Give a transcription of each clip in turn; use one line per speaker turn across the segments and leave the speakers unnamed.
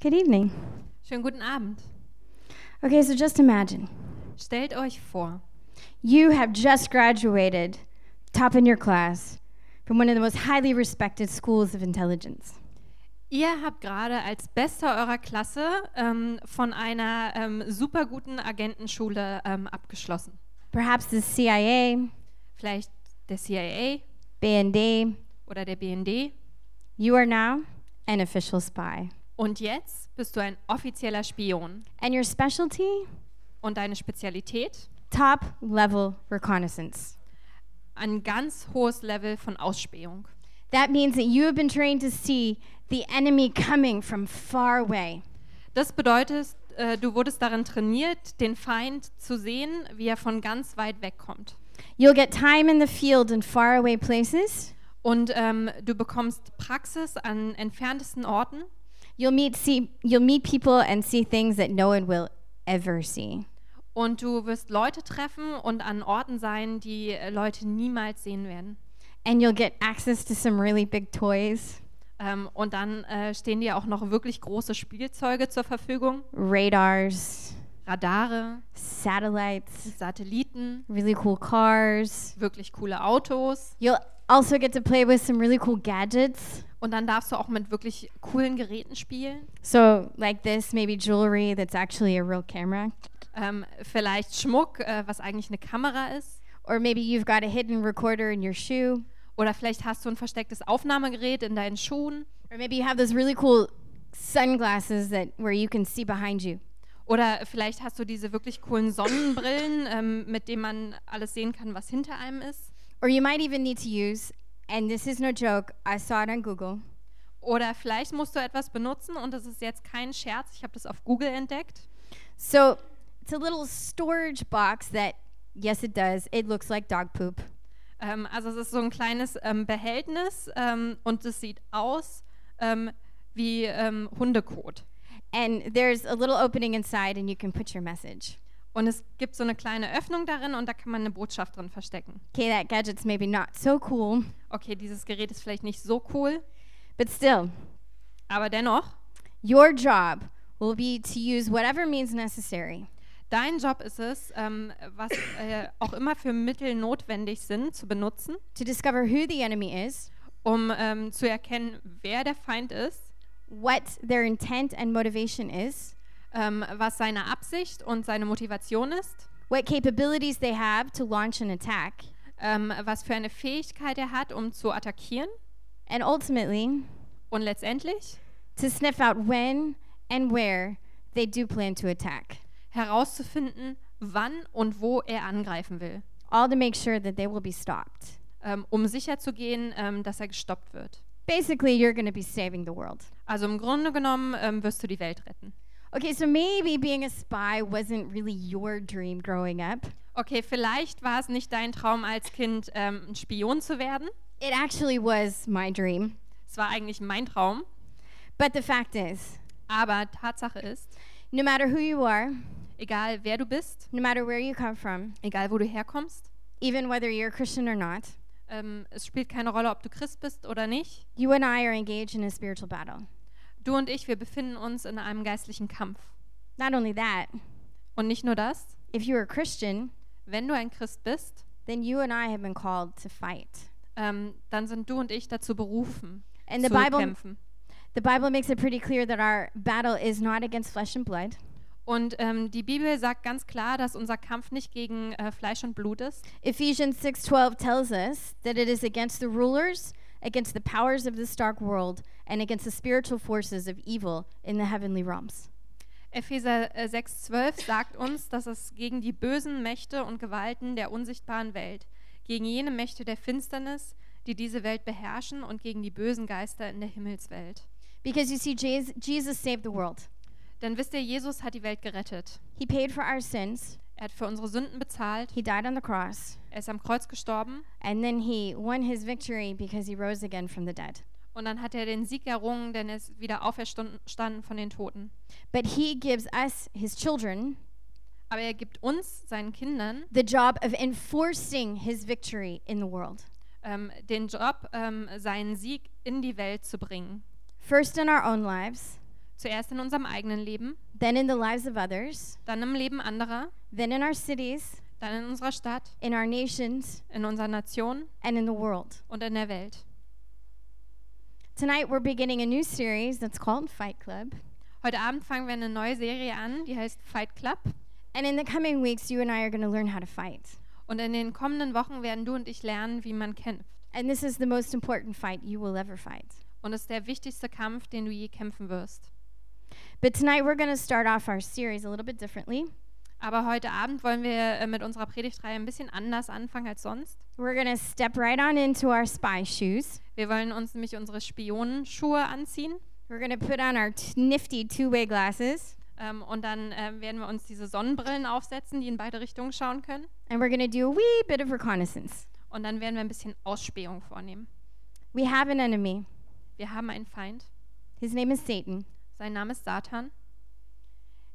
Good evening.
Schönen guten Abend.
Okay, so just imagine
Stellt euch vor,
you have just graduated, top in your class, from one of the most highly respected schools of intelligence.
ihr habt gerade als Bester eurer Klasse ähm, von einer ähm, super guten Agentenschule ähm, abgeschlossen.
Perhaps the CIA,
Vielleicht der CIA
BND.
oder der BND.
You are now an official spy.
Und jetzt bist du ein offizieller Spion.
And your specialty?
Und deine Spezialität?
Top level reconnaissance.
Ein ganz hohes Level von Ausspähung.
That means that you have been trained to see the enemy coming from far away.
Das bedeutet, äh, du wurdest darin trainiert, den Feind zu sehen, wie er von ganz weit wegkommt.
You'll get time in the field in faraway places.
Und ähm, du bekommst Praxis an entferntesten Orten.
You'll meet see you'll meet people and see things that no one will ever see.
Und du wirst Leute treffen und an Orten sein, die äh, Leute niemals sehen werden.
And you'll get access to some really big toys,
Ähm, und dann äh, stehen dir auch noch wirklich große Spielzeuge zur Verfügung.
radars,
Radare,
satellites,
Satelliten,
really cool cars.
wirklich coole Autos.
You'll also get to play with some really cool gadgets.
Und dann darfst du auch mit wirklich coolen Geräten spielen.
So like this, maybe jewelry that's actually a real camera.
Ähm, vielleicht Schmuck, äh, was eigentlich eine Kamera ist.
Or maybe you've got a hidden recorder in your shoe.
Oder vielleicht hast du ein verstecktes Aufnahmegerät in deinen Schuhen.
Or maybe you have those really cool sunglasses that where you can see behind you.
Oder vielleicht hast du diese wirklich coolen Sonnenbrillen, ähm, mit denen man alles sehen kann, was hinter einem ist.
Or you might even need to use, and this is no joke, I saw it on Google.
Oder vielleicht musst du etwas benutzen und das ist jetzt kein Scherz, ich habe das auf Google entdeckt.
So it's a little storage box that, yes, it does. It looks like dog poop.
Ähm, also es ist so ein kleines ähm, Behältnis ähm, und es sieht aus ähm, wie ähm, Hundekot.
And there's a little opening inside, and you can put your message.
Und es gibt so eine kleine Öffnung darin und da kann man eine Botschaft drin verstecken.
Okay, that gadget's maybe not so cool,
Okay, dieses Gerät ist vielleicht nicht so cool,
but still,
aber dennoch,
your job will be to use whatever means necessary
dein Job ist es, ähm, was äh, auch immer für Mittel notwendig sind, zu benutzen,
to discover who the enemy is,
um ähm, zu erkennen, wer der Feind ist,
what their intent and motivation is,
ähm, was seine Absicht und seine Motivation ist,
what capabilities they have to launch an attack,
ähm, was für eine Fähigkeit er hat, um zu attackieren
and ultimately
und letztendlich
to sniff out when and where they do plan to attack,
herauszufinden, wann und wo er angreifen will,
all to make sure that they will be stopped.
ähm, um sicherzugehen, ähm, dass er gestoppt wird.
Basically, you're going to be saving the world.
Also im Grunde genommen ähm, wirst du die Welt retten.
Okay, so maybe being a spy wasn't really your dream growing up.
Okay, vielleicht war es nicht dein Traum als Kind, ähm, ein Spion zu werden.
It actually was my dream.
Es war eigentlich mein Traum.
But the fact is,
Aber Tatsache ist,
no matter who you are,
egal wer du bist,
no matter where you come from,
egal wo du herkommst,
even whether you're a Christian or not,
ähm, es spielt keine Rolle, ob du Christ bist oder nicht.
you and I are engaged in a spiritual battle.
Du und ich, wir befinden uns in einem geistlichen Kampf.
Not only that,
Und nicht nur das,
if you're a Christian,
wenn du ein Christ bist,
then you and I have been called to fight.
ähm, dann sind du und ich dazu berufen,
And the
zu
Bible,
kämpfen.
the Bible makes it pretty clear that our battle is not against flesh and blood,
Und ähm, die Bibel sagt ganz klar, dass unser Kampf nicht gegen äh, Fleisch und Blut ist.
Ephesians 6:12 tells us that it is against the rulers, against the powers of this dark world, and against the spiritual forces of evil in the heavenly realms.
Epheser äh, 6,12 sagt uns, dass es gegen die bösen Mächte und Gewalten der unsichtbaren Welt, gegen jene Mächte der Finsternis, die diese Welt beherrschen und gegen die bösen Geister in der Himmelswelt.
Because you see Jes- Jesus saved the world.
Denn wisst ihr, Jesus hat die Welt gerettet.
He paid for our sins,
Er hat für unsere Sünden bezahlt,
he died on the cross,
er ist am Kreuz gestorben
and then he won his victory because he rose again from the dead.
und dann hat er den Sieg errungen, denn er ist wieder auferstanden von den Toten.
But he gives us his children
Aber er gibt uns, seinen Kindern,
the job of enforcing his victory in the world.
ähm, den Job, ähm, seinen Sieg in die Welt zu bringen.
First in our own lives,
Zuerst in unserem eigenen Leben,
then in the lives of others,
dann im Leben anderer,
then in our cities,
dann in unserer Stadt,
in our nations,
in unserer Nation
and in the world.
und in der Welt.
Tonight, we're beginning a new series that's called Fight Club.
Heute Abend fangen wir eine neue Serie an, die heißt Fight Club.
And in the coming weeks, you and I are going to learn how to fight.
Und in den kommenden Wochen werden du und ich lernen, wie man kämpft.
And this is the most important fight you will ever fight.
Und es ist der wichtigste Kampf, den du je kämpfen wirst.
But tonight, we're going to start off our series a little bit differently.
Aber heute Abend wollen wir äh, mit unserer Predigtreihe ein bisschen anders anfangen als sonst.
We're going to step right on into our spy shoes.
Wir wollen uns nämlich unsere Spionenschuhe anziehen
We're going to put on our t- nifty two way glasses.
ähm, und dann ähm, werden wir uns diese Sonnenbrillen aufsetzen, die in beide Richtungen schauen können.
And we're going to do a wee bit of reconnaissance.
Und dann werden wir ein bisschen Ausspähung vornehmen.
We have an enemy.
Wir haben einen Feind.
His name is Satan.
Sein Name ist Satan.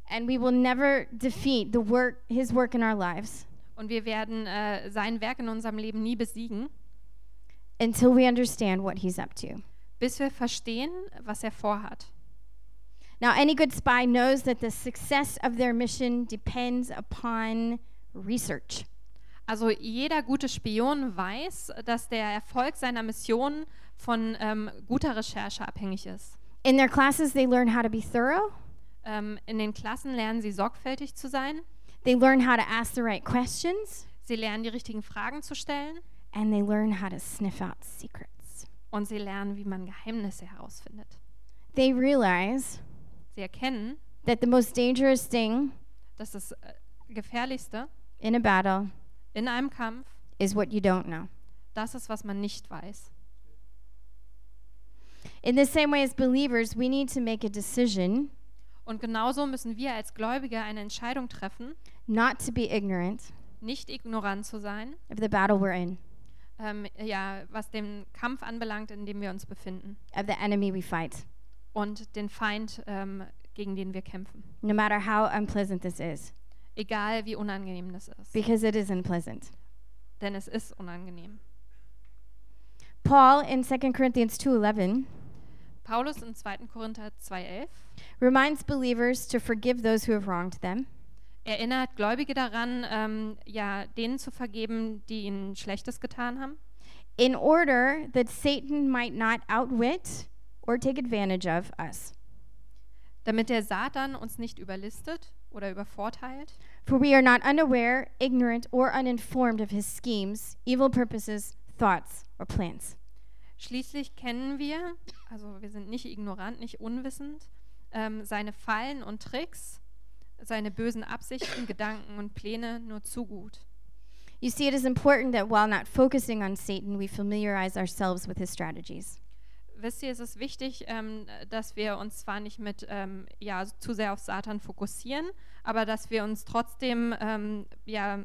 And we will never defeat the work, his work in our lives
Und wir werden äh, sein Werk in unserem Leben nie besiegen,
until we understand what he's up to.
bis wir verstehen, was er vorhat.
Now, any good spy knows that the success of their mission depends upon research.
Also jeder gute Spion weiß, dass der Erfolg seiner Mission von ähm, guter Recherche abhängig ist.
In their classes, they learn how to be thorough,
Ähm, in den Klassen lernen sie sorgfältig zu sein,
they learn how to ask the right questions,
sie lernen die richtigen Fragen zu stellen
and they learn how to sniff out secrets.
und sie lernen, wie man Geheimnisse herausfindet.
They realize
Sie erkennen,
that the most dangerous thing
dass das äh, Gefährlichste
in a battle
in einem Kampf
is what you don't know.
das ist, was man nicht weiß.
In the same way as believers, we need to make a decision
Und genauso müssen wir als Gläubige eine Entscheidung treffen,
not to be ignorant
nicht ignorant zu sein,
of the battle we're in,
ähm, ja, was den Kampf anbelangt, in dem wir uns befinden
of the enemy we fight,
und den Feind, ähm, gegen den wir kämpfen.
no matter how unpleasant this is,
Egal wie unangenehm das ist,
because it is unpleasant.
denn es ist unangenehm.
Paul in 2 Corinthians 2:11
Paulus in 2. Korinther 2,11
reminds believers to forgive those who have wronged them
erinnert Gläubige daran, ähm, ja, denen zu vergeben, die ihnen Schlechtes getan haben,
in order that Satan might not outwit or take advantage of us.
damit der Satan uns nicht überlistet oder übervorteilt,
For we are not unaware, ignorant, or uninformed of his schemes, evil purposes, thoughts, or plans.
Schließlich kennen wir, also wir sind nicht ignorant, nicht unwissend, ähm, seine Fallen und Tricks, seine bösen Absichten, Gedanken und Pläne nur zu gut.
You see, it is important that while not focusing on Satan, we familiarize ourselves with his strategies.
Wisst ihr, es ist wichtig, ähm, dass wir uns zwar nicht mit ähm, ja zu sehr auf Satan fokussieren, aber dass wir uns trotzdem ähm, ja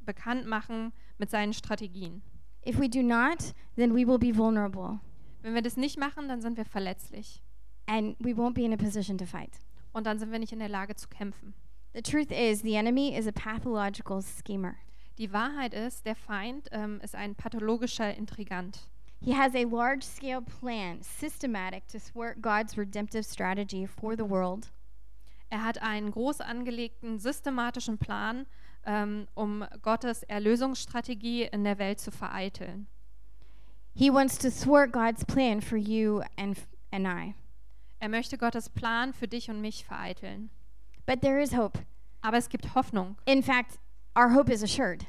bekannt machen mit seinen Strategien.
If we do not, then we will be vulnerable
Wenn wir das nicht machen, dann sind wir verletzlich
and we won't be in a position to fight.
und dann sind wir nicht in der Lage zu kämpfen.
The truth is, the enemy is a pathological schemer.
Die Wahrheit ist, der Feind ähm, ist ein pathologischer Intrigant.
He has a large scale plan, systematic, to thwart God's redemptive strategy for the world
Er hat einen groß angelegten, systematischen Plan, ähm, um Gottes Erlösungsstrategie in der Welt zu vereiteln.
He wants to thwart God's plan for you and, and I.
Er möchte Gottes Plan für dich und mich vereiteln.
But there is hope.
Aber es gibt Hoffnung.
In fact, our hope is assured.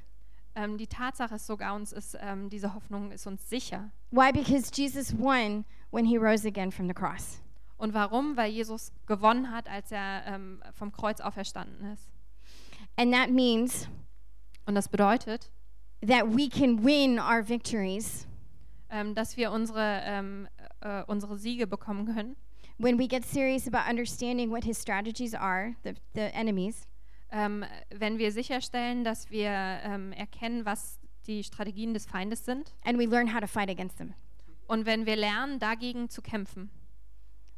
Ähm, die Tatsache ist sogar uns ist, ähm, diese Hoffnung ist uns sicher.
Why? Because Jesus won when he rose again from the cross.
Und warum? Weil Jesus gewonnen hat, als er ähm, vom Kreuz auferstanden ist.
And that means
Und das bedeutet,
that we can win our victories
ähm, dass wir unsere, ähm, äh, unsere Siege bekommen können,
when we get serious about understanding what his strategies are, the, the enemies,
ähm, wenn wir sicherstellen, dass wir ähm, erkennen, was die Strategien des Feindes sind
and we learn how to fight against them.
und wenn wir lernen, dagegen zu kämpfen.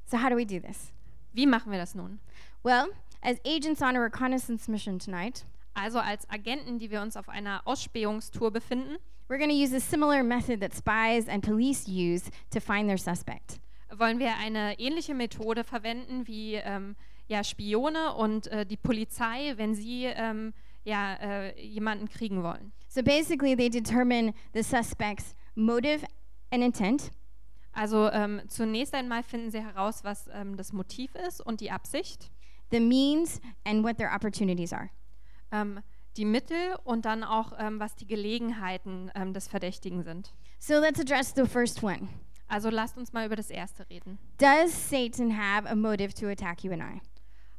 So, how do we do this?
Wie machen wir das nun?
Well, as agents on a reconnaissance mission tonight,
Also als Agenten, die wir uns auf einer Ausspähungstour befinden,
we're going to use a similar method that spies and police use to find their suspect.
wollen wir eine ähnliche Methode verwenden wie ähm, ja, Spione und äh, die Polizei, wenn sie ähm, ja, äh, jemanden kriegen wollen.
So basically, they determine the suspect's motive and intent.
Also ähm, zunächst einmal finden sie heraus, was ähm, das Motiv ist und die Absicht,
the means and what their opportunities are.
ähm, die Mittel und dann auch, ähm, was die Gelegenheiten ähm, des Verdächtigen sind.
So let's address the first one.
Also lasst uns mal über das Erste reden.
Does Satan have a motive to attack you and I?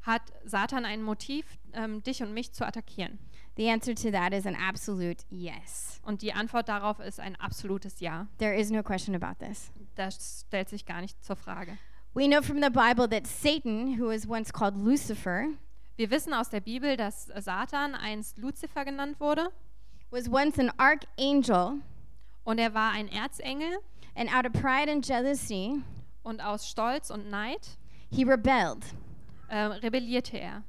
Hat Satan ein Motiv, ähm, dich und mich zu attackieren?
The answer to that is an absolute yes.
Und die Antwort darauf ist ein absolutes Ja.
There is no question about this.
Das stellt sich gar nicht zur Frage.
We know from the Bible that Satan, who was once called Lucifer,
Wir wissen aus der Bibel, dass Satan einst Luzifer genannt wurde
was once an archangel,
und er war ein Erzengel
and out of pride and jealousy,
und aus Stolz und Neid
he rebelled.
äh, rebellierte er.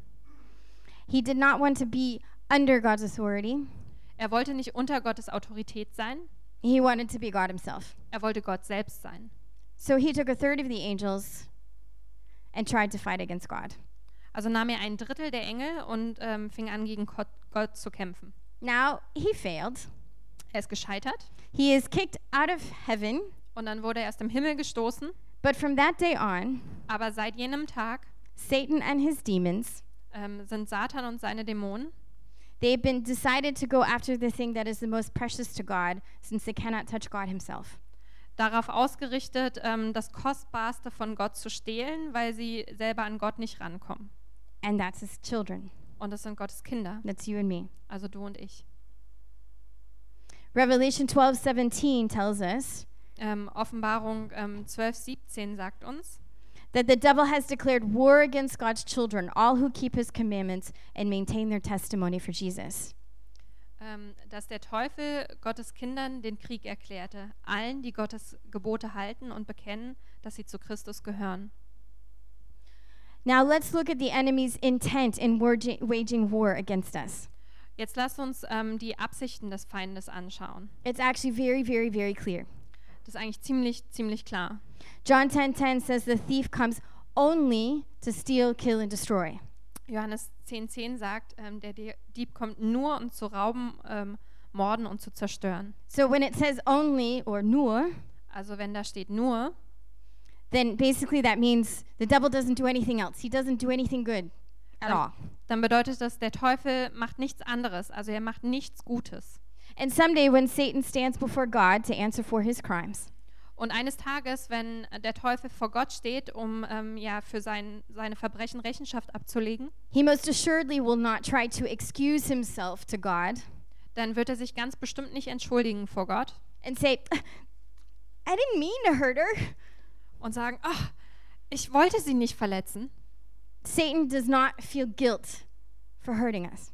He did not want to be under God's authority,
Er wollte nicht unter Gottes Autorität sein,
he wanted to be God himself.
er wollte Gott selbst sein.
So he took a third of the angels and tried to fight against God.
Also nahm er ein Drittel der Engel und ähm, fing an, gegen Gott, Gott zu kämpfen.
Now he failed.
Er ist gescheitert
He is kicked out of heaven,
und dann wurde er aus dem Himmel gestoßen.
but from that day on,
Aber seit jenem Tag
Satan and his demons,
ähm, sind Satan und seine Dämonen,
they've been decided to go after the thing that is the most precious to God since they cannot touch God himself.
darauf ausgerichtet, ähm, das Kostbarste von Gott zu stehlen, weil sie selber an Gott nicht rankommen.
And that's his children.
Und das sind Gottes Kinder,
That's you and me.
also du und ich.
Revelation 12:17 tells us
Ähm, Offenbarung ähm, 12, 17 sagt uns,
that the devil has declared war against God's children, all who keep his commandments and maintain their testimony for Jesus.
ähm, dass der Teufel Gottes Kindern den Krieg erklärte, allen, die Gottes Gebote halten und bekennen, dass sie zu Christus gehören.
Now let's look at the enemy's intent in wargi- waging war against us.
Jetzt lasst uns ähm, die Absichten des Feindes anschauen.
It's actually very, very, very clear.
Das ist eigentlich ziemlich, ziemlich klar.
John 10:10 says the thief comes only to steal, kill and destroy.
Johannes 10,10 sagt, ähm, der Die- Dieb kommt nur, um zu rauben, ähm, morden und zu zerstören.
So when it says only or nur,
Also wenn da steht nur,
then basically that means the devil doesn't do anything else. He doesn't do anything good at
Um,
all.
dann bedeutet das, der Teufel macht nichts anderes, also er macht nichts Gutes.
And someday when Satan stands before God to answer for his crimes,
Und eines Tages, wenn der Teufel vor Gott steht, um ähm, ja für sein, seine Verbrechen Rechenschaft abzulegen,
he most assuredly will not try to excuse himself to God
dann wird er sich ganz bestimmt nicht entschuldigen vor Gott
and say, I didn't mean to hurt her.
und sagen, ach, ich wollte sie nicht verletzen.
Satan does not feel guilt for hurting us.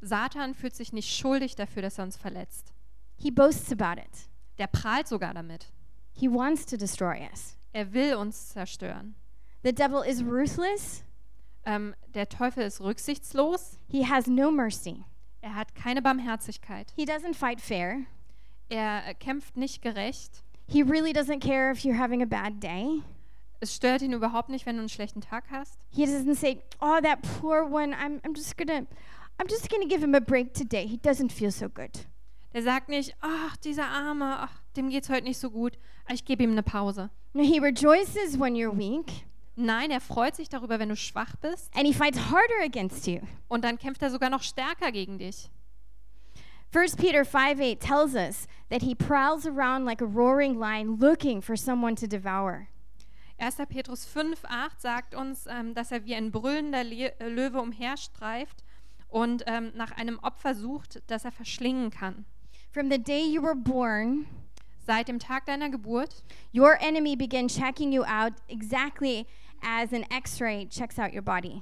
Satan fühlt sich nicht schuldig dafür, dass er uns verletzt.
He boasts about it.
Der prahlt sogar damit.
He wants to destroy us.
Er will uns zerstören.
The devil is ruthless.
Ähm, der Teufel ist rücksichtslos.
He has no mercy.
Er hat keine Barmherzigkeit.
He doesn't fight fair.
Er äh, kämpft nicht gerecht.
He really doesn't care if you're having a bad day.
Es stört ihn überhaupt nicht, wenn du einen schlechten Tag hast.
He doesn't say, "Oh, that poor one. I'm I'm just going to I'm just going to give him a break today. He doesn't feel so good."
Der sagt nicht, ach, dieser Arme, ach, dem geht's heute nicht so gut. Ich gebe ihm eine Pause.
No, he rejoices when you're weak,
Nein, er freut sich darüber, wenn du schwach bist.
and he fights harder against you.
Und dann kämpft er sogar noch stärker gegen dich.
1 Peter 5:8 tells us that he prowls around like a roaring lion looking for someone to devour.
1. Petrus 5, 8 sagt uns, ähm, dass er wie ein brüllender Le äh, Löwe umherstreift und ähm, nach einem Opfer sucht, das er verschlingen kann.
From the day you were born,
Seit dem Tag deiner Geburt
Your enemy began checking you out exactly as an x ray checks out your body.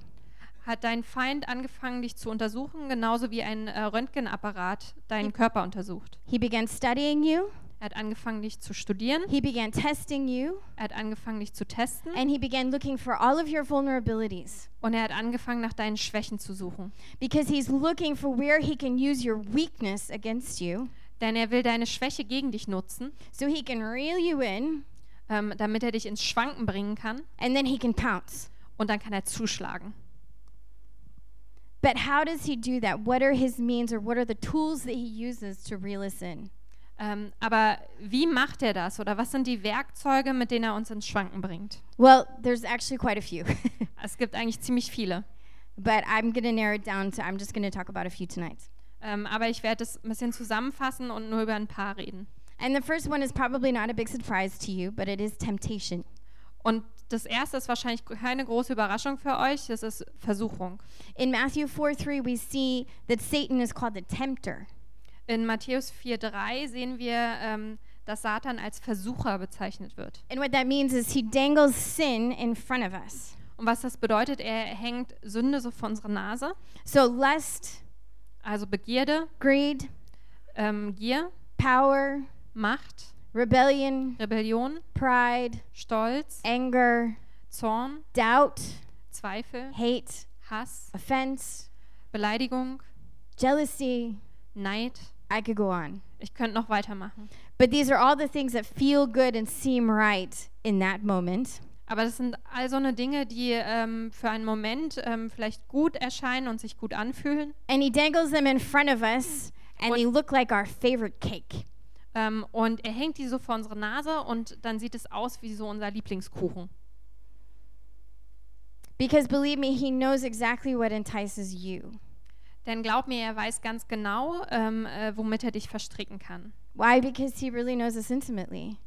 hat dein Feind angefangen, dich zu untersuchen, genauso wie ein äh, Röntgenapparat deinen Körper untersucht.
He began studying you,
Er hat angefangen, dich zu studieren,
he began testing you,
er hat angefangen, dich zu testen
and he began looking for all of your vulnerabilities
und er hat angefangen, nach deinen Schwächen zu suchen.
because he's looking for where he can use your weakness against you
Denn er will deine Schwäche gegen dich nutzen,
so he can reel you in
ähm, damit er dich ins Schwanken bringen kann
and then he can pounce.
und dann kann er zuschlagen.
But how does he do that? What are his means or what are the tools that he uses to reel us in?
Ähm, aber wie macht er das oder was sind die Werkzeuge, mit denen er uns ins Schwanken bringt?
Well, there's actually quite a few,
Es gibt eigentlich ziemlich viele.
but I'm going to narrow it down to I'm just going to talk about a few tonight.
Ähm, aber ich werde es ein bisschen zusammenfassen und nur über ein paar reden.
And the first one is probably not a big surprise to you, but it is temptation.
Und das erste ist wahrscheinlich keine große Überraschung für euch, das ist Versuchung.
In Matthew 4 3, we see that Satan is called the tempter.
In Matthäus 4,3 sehen wir, ähm, dass Satan als Versucher bezeichnet wird.
And what that means is he dangles sin in front of us.
Und was das bedeutet, er hängt Sünde so vor unsere Nase,
So, lust,
also Begierde,
greed,
ähm, Gier,
power,
Macht,
rebellion,
Rebellion,
pride,
Stolz,
anger,
Zorn,
doubt,
Zweifel,
hate,
Hass,
offense,
Beleidigung,
jealousy.
Neid.
I could go on.
Ich könnte noch weitermachen.
But these are all the things that feel good and seem right in that moment.
Aber das sind all so eine Dinge, die ähm, für einen Moment ähm, vielleicht gut erscheinen und sich gut anfühlen.
And he dangles them in front of us, and
What-
they look like our favorite cake.
Ähm, und er hängt die so vor unsere Nase und dann sieht es aus wie so unser Lieblingskuchen.
Because believe me, he knows exactly what entices you.
Denn glaub mir, er weiß ganz genau, ähm, äh, womit er dich verstricken kann.
Why? Because he really knows us intimately.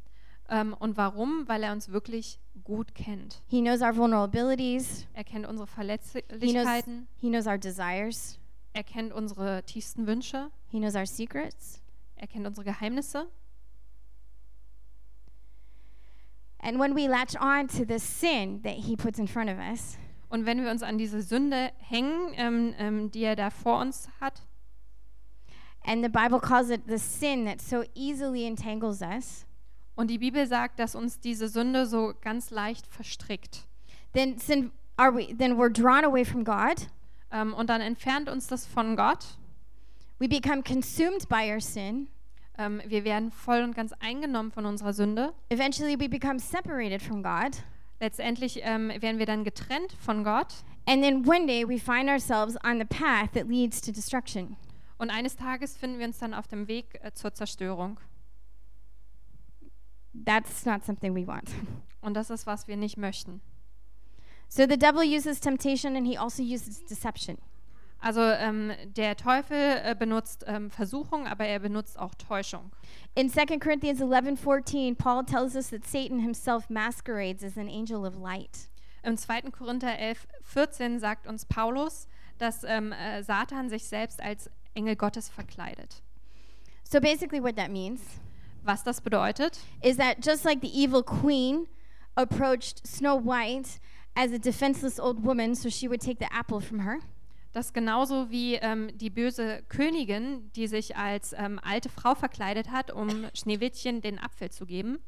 Ähm, und warum? Weil er uns wirklich gut kennt.
He knows our vulnerabilities,
Er kennt unsere
he knows,
Verletzlichkeiten,
he knows our desires,
er kennt unsere tiefsten Wünsche,
he knows our secrets.
er kennt unsere Geheimnisse.
And when we latch on to the sin that he puts in front of us,
Und wenn wir uns an diese Sünde hängen, ähm, ähm, die er da vor uns hat,
and the Bible calls it the sin that so easily entangles us,
und die Bibel sagt, dass uns diese Sünde so ganz leicht verstrickt,
then sin are we then we're drawn away from God.
ähm, und dann entfernt uns das von Gott.
We become consumed by our sin.
Ähm, wir werden voll und ganz eingenommen von unserer Sünde.
Eventually we become separated from God.
Letztendlich ähm, werden wir dann getrennt von Gott.
And then one day we find ourselves on the path that leads to destruction.
Und eines Tages finden wir uns dann auf dem Weg äh, zur Zerstörung.
That's not something we want.
Und das ist, was wir nicht möchten.
So the devil uses temptation and he also uses deception.
Also ähm, der Teufel äh, benutzt ähm, Versuchung, aber er benutzt auch Täuschung.
In 2 Corinthians 11:14, Paul tells us that Satan himself masquerades as an angel of light.
Im 2. Korinther 11, 14 sagt uns Paulus, dass ähm, äh, Satan sich selbst als Engel Gottes verkleidet.
So basically what that means
Was das bedeutet,
is that just like the evil queen approached Snow White as a defenseless old woman so she would take the apple from her,
dass genauso wie ähm, die böse Königin, die sich als ähm, alte Frau verkleidet hat, um Schneewittchen den Apfel zu geben,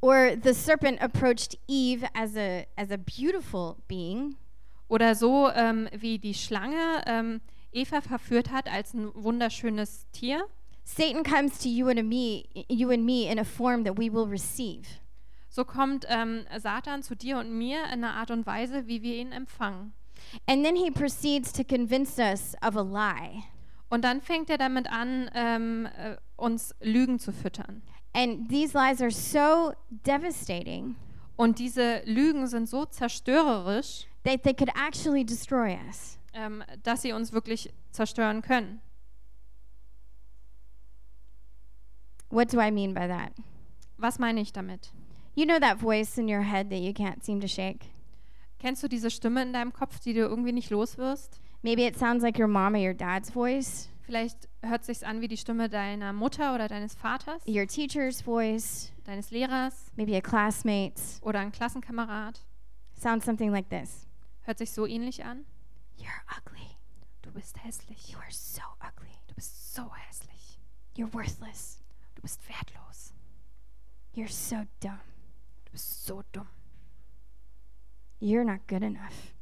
or the serpent approached Eve as a as a beautiful being,
Oder so ähm, wie die Schlange ähm, Eva verführt hat als ein wunderschönes Tier,
Satan comes to you and me, you and me in a form that we will receive.
so kommt ähm, Satan zu dir und mir in einer Art und Weise, wie wir ihn empfangen.
And then he proceeds to convince us of a lie.
Und dann fängt er damit an, ähm, äh, uns Lügen zu füttern.
And these lies are so devastating
Und diese Lügen sind so zerstörerisch,
that they could actually destroy us.
ähm, dass sie uns wirklich zerstören können.
What do I mean by that?
Was meine ich damit?
You know that voice in your head that you can't seem to shake?
Kennst du diese Stimme in deinem Kopf, die du irgendwie nicht los wirst?
Maybe it sounds like your mom or your dad's voice,
Vielleicht hört sich's an wie die Stimme deiner Mutter oder deines Vaters,
your teacher's voice,
deines Lehrers.
maybe a classmate's.
oder ein Klassenkamerad.
Sounds something like this
Hört sich so ähnlich an.
You're ugly.
Du bist hässlich.
You are so ugly.
Du bist so hässlich.
You're worthless.
Du bist wertlos.
You're so dumb.
Du bist so dumm.
You're not good enough.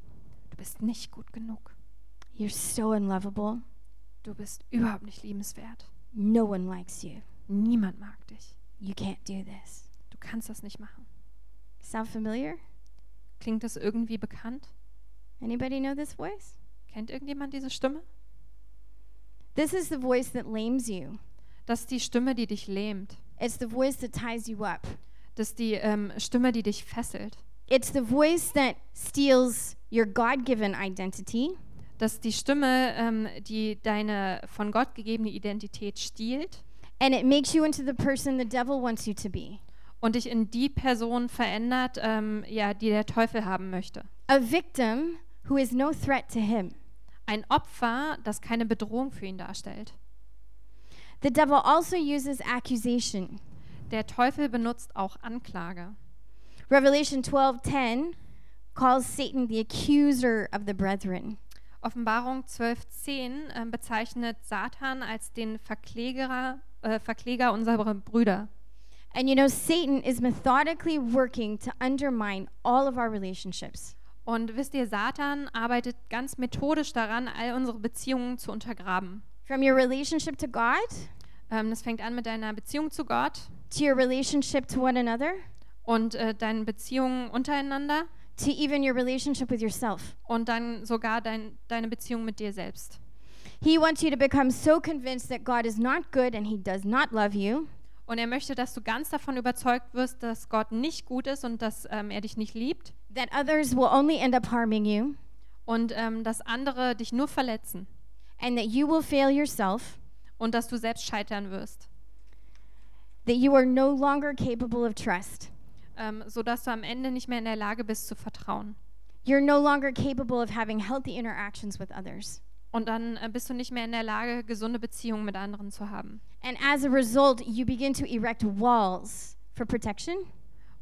Du bist nicht gut genug.
You're so unlovable.
Du bist überhaupt nicht liebenswert.
No one likes you.
Niemand mag dich.
You can't do this.
Du kannst das nicht machen.
Sound familiar?
Klingt das irgendwie bekannt?
Anybody know this voice?
Kennt irgendjemand diese Stimme?
This is the voice that lames you.
Das ist die Stimme, die dich lähmt.
It's the voice that ties you up.
Das ist die ähm, Stimme, die dich fesselt.
It's the voice that steals your God given identity
Das ist die Stimme, ähm, die deine von Gott gegebene Identität stiehlt
and it makes you into the person the devil wants you to be.
und dich in die Person verändert, ähm, ja, die der Teufel haben möchte.
A victim who is no threat to him.
Ein Opfer, das keine Bedrohung für ihn darstellt.
The devil also uses accusation.
Der Teufel benutzt auch Anklage.
Revelation 12:10 calls Satan the accuser of the brethren.
Offenbarung 12.10 ähm, bezeichnet Satan als den Verklägerer, äh, Verkläger unserer Brüder.
And you know Satan is methodically working to undermine all of our relationships.
Und wisst ihr, Satan arbeitet ganz methodisch daran, all unsere Beziehungen zu untergraben.
From your relationship to God,
Ähm, das fängt an mit deiner Beziehung zu Gott
to your relationship to one another,
und äh, deinen Beziehungen untereinander
to even your relationship with yourself.
und dann sogar dein, deine Beziehung mit dir selbst.
He wants you to become so convinced that God is not good and he does not love you
Und er möchte, dass du ganz davon überzeugt wirst, dass Gott nicht gut ist und dass ähm, er dich nicht liebt
that others will only end up harming you
und ähm, dass andere dich nur verletzen
and that you will fail yourself,
und dass du selbst scheitern wirst,
that you are no longer capable of trust.
ähm, sodass du am Ende nicht mehr in der Lage bist zu vertrauen.
You're no longer capable of having healthy interactions with others.
Und dann äh, bist du nicht mehr in der Lage, gesunde Beziehungen mit anderen zu haben.
And as a result, you begin to erect walls for protection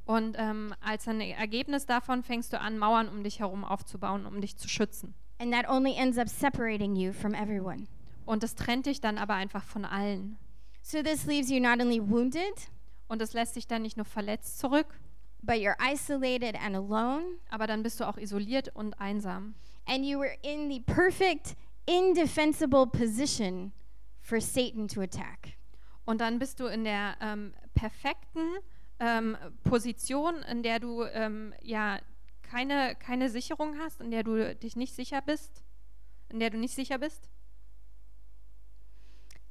Und ähm, als ein Ergebnis davon fängst du an, Mauern um dich herum aufzubauen, um dich zu schützen.
and that only ends up separating you from everyone.
Und das trennt dich dann aber einfach von allen.
So this leaves you not only wounded,
Und das lässt dich dann nicht nur verletzt zurück,
but you're isolated and alone.
aber dann bist du auch isoliert und einsam.
and you were in the perfect, indefensible position for Satan to attack.
Und dann bist du in der ähm, perfekten ähm, Position, in der du ähm, ja keine, keine Sicherung hast, in der du dich nicht sicher bist, in der du nicht sicher bist.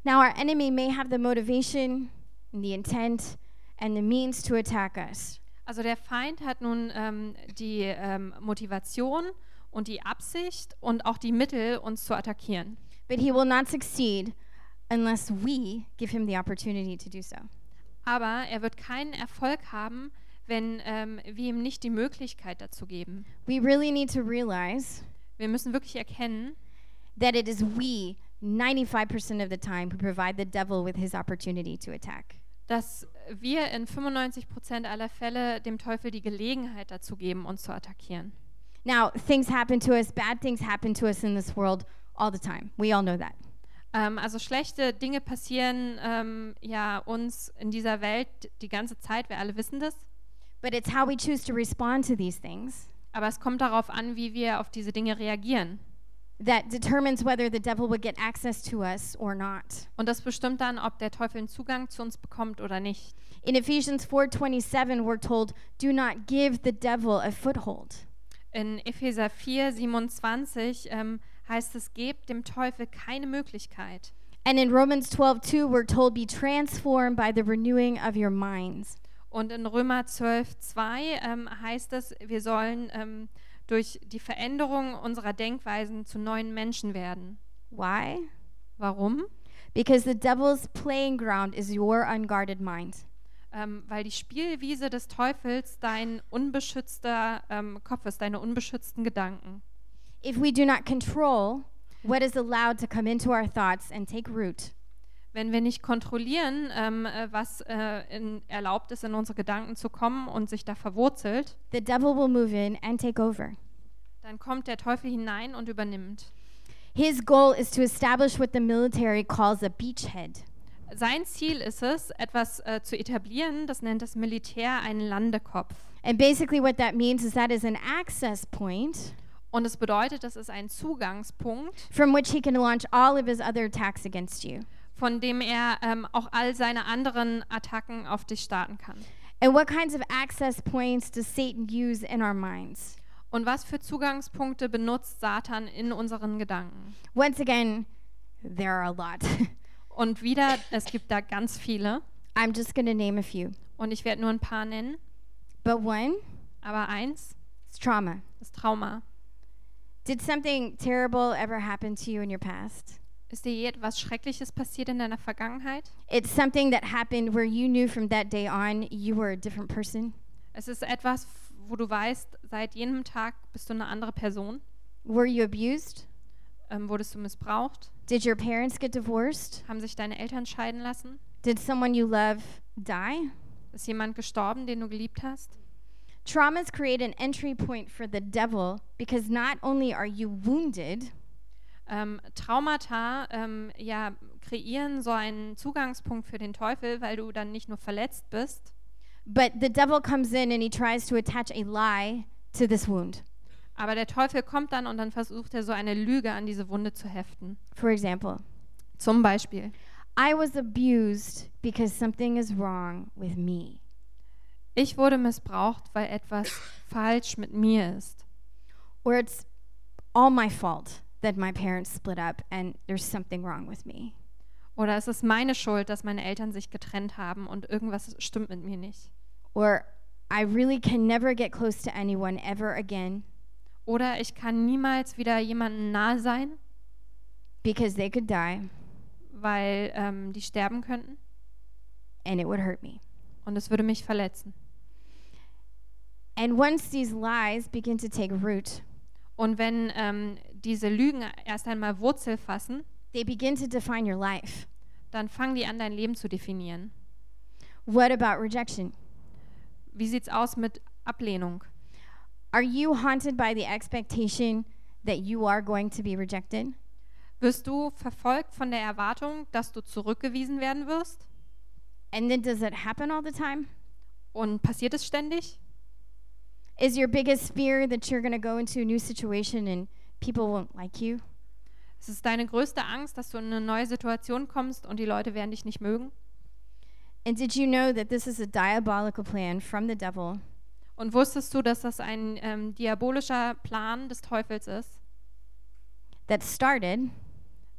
Now, our enemy may have the motivation, and the intent, and the means to attack us,
Also der Feind hat nun ähm, die ähm, Motivation und die Absicht und auch die Mittel, uns zu attackieren.
but he will not succeed unless we give him the opportunity to do so.
Aber er wird keinen Erfolg haben, wenn ähm, wir ihm nicht die Möglichkeit dazu geben.
We really need to realize
Wir müssen wirklich erkennen,
that it is we, 95% of the time, who provide the devil with his opportunity to attack.
dass wir in 95 Prozent aller Fälle dem Teufel die Gelegenheit dazu geben, uns zu attackieren.
Now, things happen to us, bad things happen to us in this world all the time. We all know that.
Ähm, also schlechte Dinge passieren ähm, ja uns in dieser Welt die ganze Zeit, wir alle wissen das.
But it's how we choose to respond to these things
Aber es kommt darauf an, wie wir auf diese Dinge reagieren.
that determines whether the devil would get access to us or not.
Und das bestimmt dann, ob der Teufel einen Zugang zu uns bekommt oder nicht.
In Ephesians 4:27 we're told, "Do not give the devil a foothold."
In Epheser 4, 27 ähm, heißt es, gebt dem Teufel keine Möglichkeit.
And in Romans 12:2 we're told, "Be transformed by the renewing of your minds."
Und in Römer 12, 2 ähm, heißt es, wir sollen ähm, durch die Veränderung unserer Denkweisen zu neuen Menschen werden.
Why?
Warum?
Because the devil's playing ground is your unguarded mind.
Ähm, weil die Spielwiese des Teufels dein unbeschützter ähm, Kopf ist, deine unbeschützten Gedanken.
If we do not control what is allowed to come into our thoughts and take root,
Wenn wir nicht kontrollieren, ähm, äh, was äh, in, erlaubt ist, in unsere Gedanken zu kommen und sich da verwurzelt,
the devil will move in and take over.
dann kommt der Teufel hinein und übernimmt.
His goal is to establish what the military calls a beachhead.
Sein Ziel ist es, etwas äh, zu etablieren, das nennt das Militär einen Landekopf.
And basically, what that means is that is an access point
Und es bedeutet, das ist ein Zugangspunkt,
from which he can launch all of his other attacks against you.
von dem er ähm, auch all seine anderen Attacken auf dich starten kann.
And what kinds of access points does Satan use in our minds?
Und was für Zugangspunkte benutzt Satan in unseren Gedanken?
Once again, there are a lot.
Und wieder, es gibt da ganz viele.
I'm just going to name a few.
Und ich werde nur ein paar nennen.
But one,
Aber eins
it's trauma.
ist Trauma.
Did something terrible ever happen to you in your past?
Ist dir je etwas Schreckliches passiert in deiner Vergangenheit?
It's something that happened where you knew from that day on you were a different person,
Es ist etwas, wo du weißt, seit jenem Tag bist du eine andere Person.
Were you abused?
Ähm, wurdest du missbraucht?
Did your parents get divorced?
Haben sich deine Eltern scheiden lassen?
Did someone you love die?
Ist jemand gestorben, den du geliebt hast?
Traumas create an entry point for the devil because not only are you wounded,
Ähm, Traumata ähm, ja, kreieren so einen Zugangspunkt für den Teufel, weil du dann nicht nur verletzt bist,
but the devil comes in and he tries to attach a lie to this wound.
aber der Teufel kommt dann und dann versucht er so eine Lüge an diese Wunde zu heften.
For example,
Zum Beispiel,
I was abused because something is wrong with me.
ich wurde missbraucht, weil etwas falsch mit mir ist.
Or it's all my fault that my parents split up and there's something wrong with me.
Oder es ist meine Schuld, dass meine Eltern sich getrennt haben und irgendwas stimmt mit mir nicht.
Or I really can never get close to anyone ever again
Oder ich kann niemals wieder jemandem nahe sein,
because they could die
weil ähm, die sterben könnten
and it would hurt me.
und es würde mich verletzen.
And once these lies begin to take root,
Und wenn ähm, diese Lügen erst einmal Wurzel fassen,
they begin to define your life.
dann fangen die an, dein Leben zu definieren.
What about rejection?
Wie sieht's aus mit Ablehnung?
Are you haunted by the expectation that you are going to be rejected?
Wirst du verfolgt von der Erwartung, dass du zurückgewiesen werden wirst?
And then does it happen all the time?
Und passiert es ständig?
Is your biggest fear that you're going to go into a new situation and people won't like you?
Es ist deine größte Angst, dass du in eine neue Situation kommst und die Leute werden dich nicht mögen?
And did you know that this is a diabolical plan from the devil
Und wusstest du, dass das ein ähm, diabolischer Plan des Teufels ist,
that started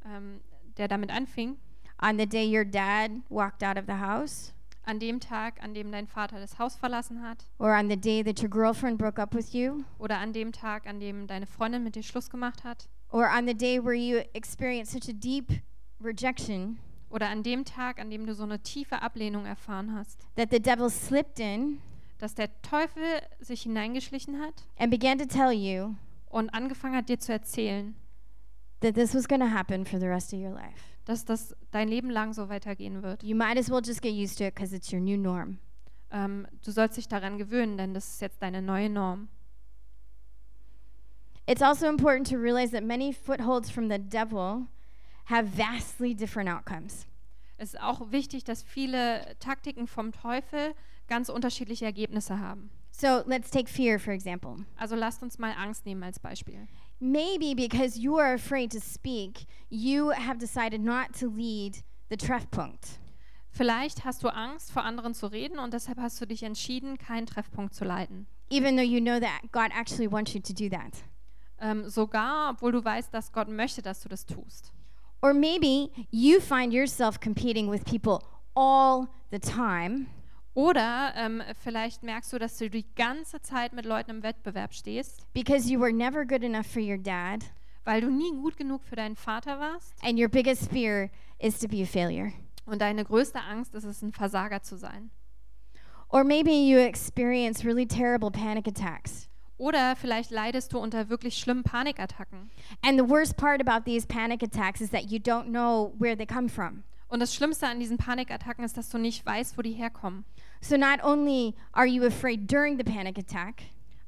ähm, der damit anfing,
on the day your dad walked out of the house,
an dem Tag, an dem dein Vater das Haus verlassen hat
or on the day that your girlfriend broke up with you,
oder an dem Tag, an dem deine Freundin mit dir Schluss gemacht hat
or on the day where you experienced such a deep rejection
oder an dem Tag, an dem du so eine tiefe Ablehnung erfahren hast,
that the devil slipped in
dass der Teufel sich hineingeschlichen hat
and began to tell you
und angefangen hat, dir zu erzählen,
that this was going to happen for the rest of your life.
dass das dein Leben lang so weitergehen wird.
You might as well just get used to it because it's your new norm.
Ähm, du sollst dich daran gewöhnen, denn das ist jetzt deine neue Norm.
It's also important to realize that many footholds from the devil have vastly different outcomes.
Es ist auch wichtig, dass viele Taktiken vom Teufel ganz unterschiedliche Ergebnisse haben.
So let's take fear, for example.
Also lasst uns mal Angst nehmen als Beispiel.
Maybe because you are afraid to speak, you have decided not to lead the Treffpunkt.
Vielleicht hast du Angst, vor anderen zu reden und deshalb hast du dich entschieden, keinen Treffpunkt zu leiten.
even though you know that God actually wants you to do that.
Ähm, sogar, obwohl du weißt, dass Gott möchte, dass du das tust.
Or maybe you find yourself competing with people all the time
Oder ähm, vielleicht merkst du, dass du die ganze Zeit mit Leuten im Wettbewerb stehst,
because you were never good enough for your dad,
weil du nie gut genug für deinen Vater warst
and your biggest fear is to be a failure.
und deine größte Angst ist es, ein Versager zu sein.
Or maybe you experience really terrible panic attacks.
Oder vielleicht leidest du unter wirklich schlimmen Panikattacken.
And the worst part about these panic attacks is that you don't know where they come from.
Und das Schlimmste an diesen Panikattacken ist, dass du nicht weißt, wo die herkommen.
So not only are you afraid during the panic attack,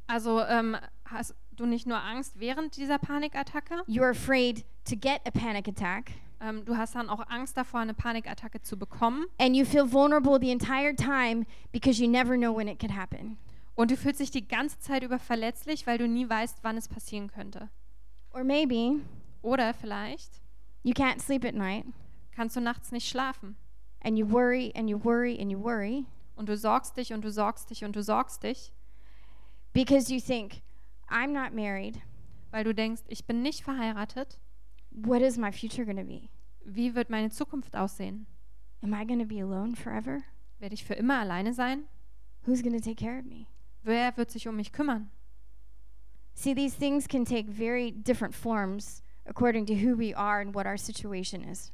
Also ähm, hast du nicht nur Angst während dieser Panikattacke,
you're afraid to get a panic attack.
ähm, du hast dann auch Angst davor, eine Panikattacke zu bekommen.
and you feel vulnerable the entire time because you never know when it could happen.
Und du fühlst dich die ganze Zeit über verletzlich, weil du nie weißt, wann es passieren könnte.
Or maybe
Oder vielleicht
you can't sleep at night
kannst du nachts nicht schlafen
and you worry and you worry and you worry
und du sorgst dich und du sorgst dich und du sorgst dich,
because you think, I'm not married.
weil du denkst, ich bin nicht verheiratet,
What is my future going to be?
wie wird meine Zukunft aussehen?
Am I going to be alone forever?
Werde ich für immer alleine sein?
Who's going to take care of me?
Wer wird sich um mich kümmern?
See, these things can take very different forms according to who we are and what our situation is.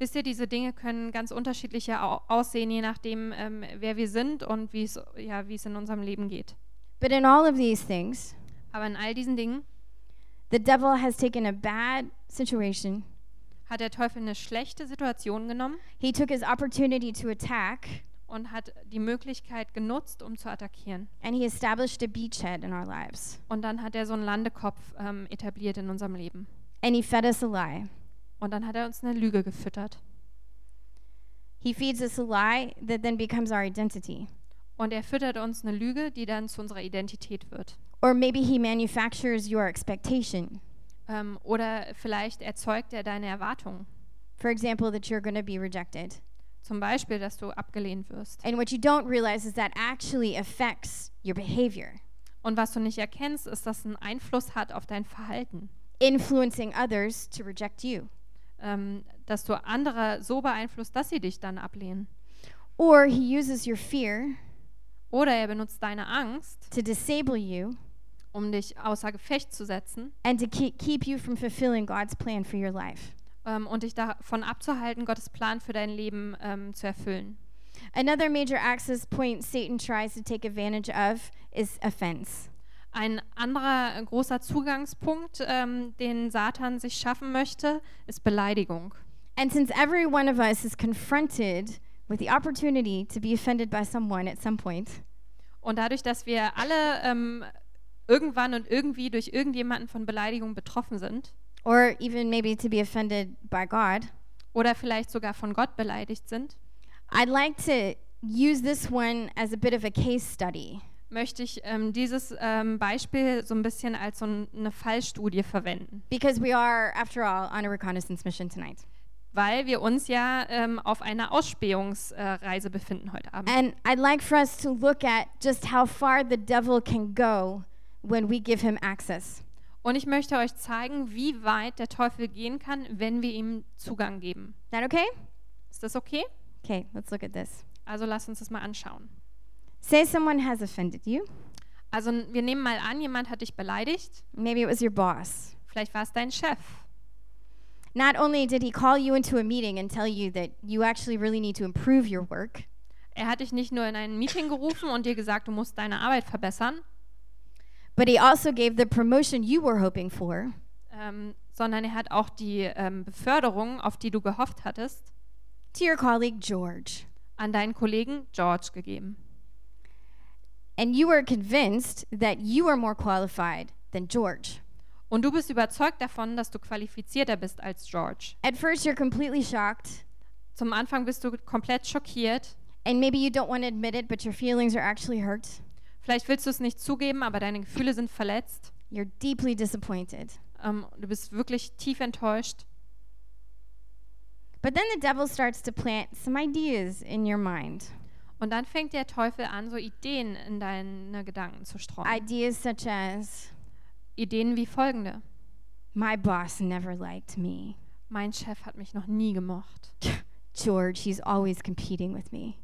Wisst ihr, diese Dinge können ganz unterschiedlich au- aussehen, je nachdem, ähm, wer wir sind und wie es ja, wie es in unserem Leben geht.
But in all of these things,
Aber in all diesen Dingen
the devil has taken a bad situation.
hat der Teufel eine schlechte Situation genommen
He took his opportunity to attack,
und hat die Möglichkeit genutzt, um zu attackieren.
and he established a beachhead in our lives.
Und dann hat er so einen Landekopf ähm, etabliert in unserem Leben.
And he fed us a lie.
Und dann hat er uns eine Lüge gefüttert.
He feeds us a lie that then becomes our identity.
Und er füttert uns eine Lüge, die dann zu unserer Identität wird.
Or maybe he manufactures your expectation.
Ähm, oder vielleicht erzeugt er deine Erwartungen.
For example, that you're going to be rejected.
Zum Beispiel, dass du abgelehnt wirst.
And what you don't realize is that actually affects your behavior,
Und was du nicht erkennst, ist, dass es einen Einfluss hat auf dein Verhalten.
influencing others to reject you.
Ähm, dass du andere so beeinflusst, dass sie dich dann ablehnen.
Or he uses your fear
Oder er benutzt deine Angst,
to disable you
um dich außer Gefecht zu setzen
and to ke- keep you from fulfilling God's plan for your life.
ähm, und dich davon abzuhalten, Gottes Plan für dein Leben ähm, zu erfüllen.
Another major access point Satan tries to take advantage of is offense.
Ein anderer äh, großer Zugangspunkt, ähm, den Satan sich schaffen möchte, ist Beleidigung.
And since every one of us is confronted with the opportunity to be offended by someone at some point,
Und dadurch, dass wir alle ähm, irgendwann und irgendwie durch irgendjemanden von Beleidigung betroffen sind
or even maybe to be offended by God,
oder vielleicht sogar von Gott beleidigt sind,
I'd like to use this one as a bit of a case study.
möchte ich ähm, dieses ähm, Beispiel so ein bisschen als so ein- eine Fallstudie verwenden,
Because we are, after all, on a reconnaissance mission tonight.
weil wir uns ja ähm, auf einer Ausspähungsreise äh, Reise befinden heute Abend.
And I'd like for us to look at just how far the devil can go when we give him access.
Und ich möchte euch zeigen, wie weit der Teufel gehen kann, wenn wir ihm Zugang geben.
That okay?
Ist das okay?
Okay, let's look at this.
Also lasst uns das mal anschauen.
Say someone has offended you.
Also n- wir nehmen mal an, jemand hat dich beleidigt.
Maybe it was your boss.
Vielleicht war es dein Chef.
Not only did he call you into a meeting and tell you that you actually really need to improve your work,
Er hat dich nicht nur in ein Meeting gerufen und dir gesagt, du musst deine Arbeit verbessern,
but he also gave the promotion you were hoping for
ähm, sondern er hat auch die ähm, Beförderung, auf die du gehofft hattest,
to your colleague George.
an deinen Kollegen George gegeben.
And you were convinced that you were more qualified than George.
Und du bist überzeugt davon, dass du qualifizierter bist als George.
At first, you're completely shocked,
Zum Anfang bist du komplett schockiert.
and maybe you don't want to admit it, but your feelings are actually hurt.
Vielleicht willst du es nicht zugeben, aber deine Gefühle sind verletzt.
You're deeply disappointed.
Ähm, du bist wirklich tief enttäuscht.
But then the devil starts to plant some ideas in your mind.
Und dann fängt der Teufel an, so Ideen in deine Gedanken zu streuen.
Ideas such as,
Ideen wie folgende.
my boss never liked me.
Mein Chef hat mich noch nie gemocht.
George, he's always competing with me.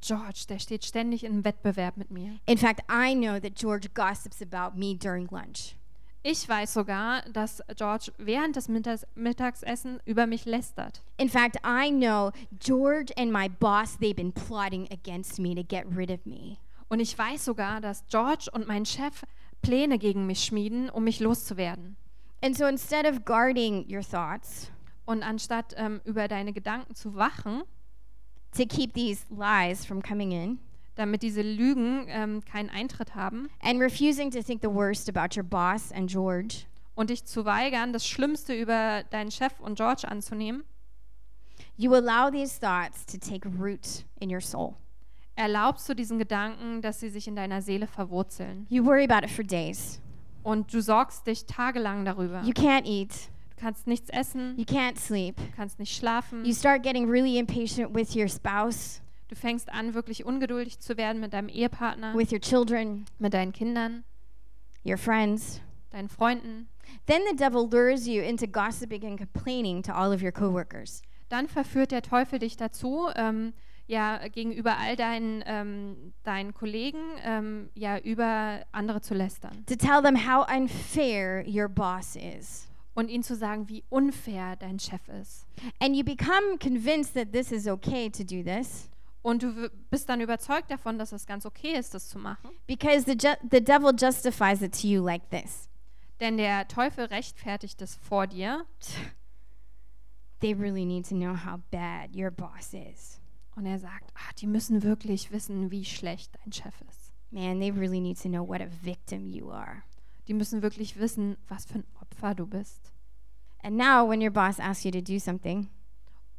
George, der steht ständig im Wettbewerb mit mir.
In fact, I know that George gossips about me during lunch.
Ich weiß sogar, dass George während des Mittags Mittagessen über mich lästert.
In fact, I know George and my boss, they've been plotting against me to get rid of me.
Und ich weiß sogar, dass George und mein Chef Pläne gegen mich schmieden, um mich loszuwerden.
And so instead of guarding your thoughts
Und anstatt ähm, über deine Gedanken zu wachen,
to keep these lies from coming in
damit diese Lügen ähm, keinen Eintritt haben
and refusing to think the worst about your boss and George,
und dich zu weigern, das Schlimmste über deinen Chef und George anzunehmen,
you allow these thoughts to take root in your soul.
erlaubst du diesen Gedanken, dass sie sich in deiner Seele verwurzeln.
You worry about it for days.
Und du sorgst dich tagelang darüber.
You can't eat,
Du kannst nichts essen,
you can't sleep.
du kannst nicht schlafen,
You start getting really impatient with your spouse.
du Du fängst an, wirklich ungeduldig zu werden mit deinem Ehepartner,
with your children,
mit deinen Kindern,
your friends.
deinen Freunden.
Then the devil lures you into gossiping and complaining to all of your coworkers.
Dann verführt der Teufel dich dazu, ähm, ja, gegenüber all deinen, ähm, deinen Kollegen, ähm, ja, über andere zu lästern
to tell them how unfair your boss is.
und ihnen zu sagen, wie unfair dein Chef ist.
And you become convinced that this is okay to do this
Und du w- bist dann überzeugt davon, dass es ganz okay ist, das zu machen.
Mhm. because the, ju- the devil justifies it to you like this
Denn der Teufel rechtfertigt es vor dir
They really need to know how bad your boss is.
und er sagt, ah, die müssen wirklich wissen, wie schlecht dein Chef ist.
Man, they really need to know what a victim you are.
Die müssen wirklich wissen, was für ein Opfer du bist.
And now, when your boss asks you to do something,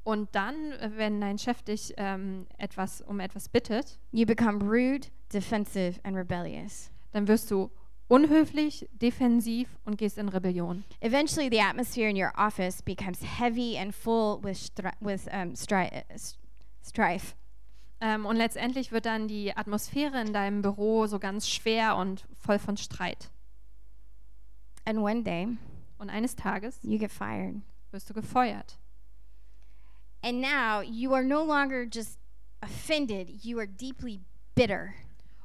Und dann, äh, wenn dein Chef dich ähm, etwas, um etwas bittet,
you become rude, defensive, and rebellious.
dann wirst du unhöflich, defensiv und gehst in Rebellion.
Eventually, the atmosphere in your office becomes heavy and full with, stri- with um, stri- uh, s- strife.
Ähm, und letztendlich wird dann die Atmosphäre in deinem Büro so ganz schwer und voll von Streit.
And one day,
Und eines Tages
you get fired.
wirst du gefeuert.
And now you are no longer just offended, you are deeply bitter.